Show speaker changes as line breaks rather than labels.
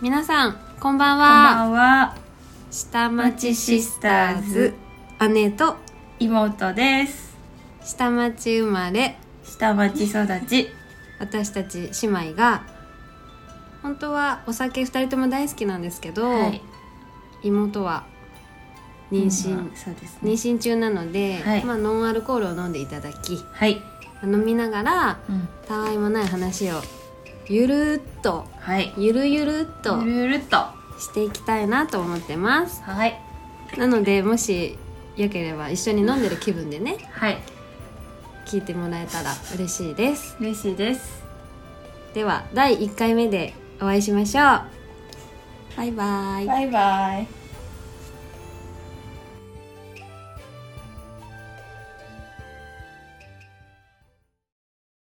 皆さんこんばん
こんば
は
んは、
下町シスターズ姉と
妹です。
下町生まれ
下町育ち。
私たち姉妹が本当はお酒2人とも大好きなんですけど、
はい
妹は妊娠、
そうです
妊
ね。
娠中なので、
はい
まあ、ノンアルコールを飲んでいただき
はい。
飲みながら
うん。
たわいもない話をゆるーっと
はい。
ゆるゆるっと
ゆるゆるっと。
していきたいなと思ってます
はい。
なのでもしよければ一緒に飲んでる気分でね
はい。
聞いてもらえたら嬉しいです
嬉しいです。
では第1回目でお会いしましょうバイバイ
バイバイ。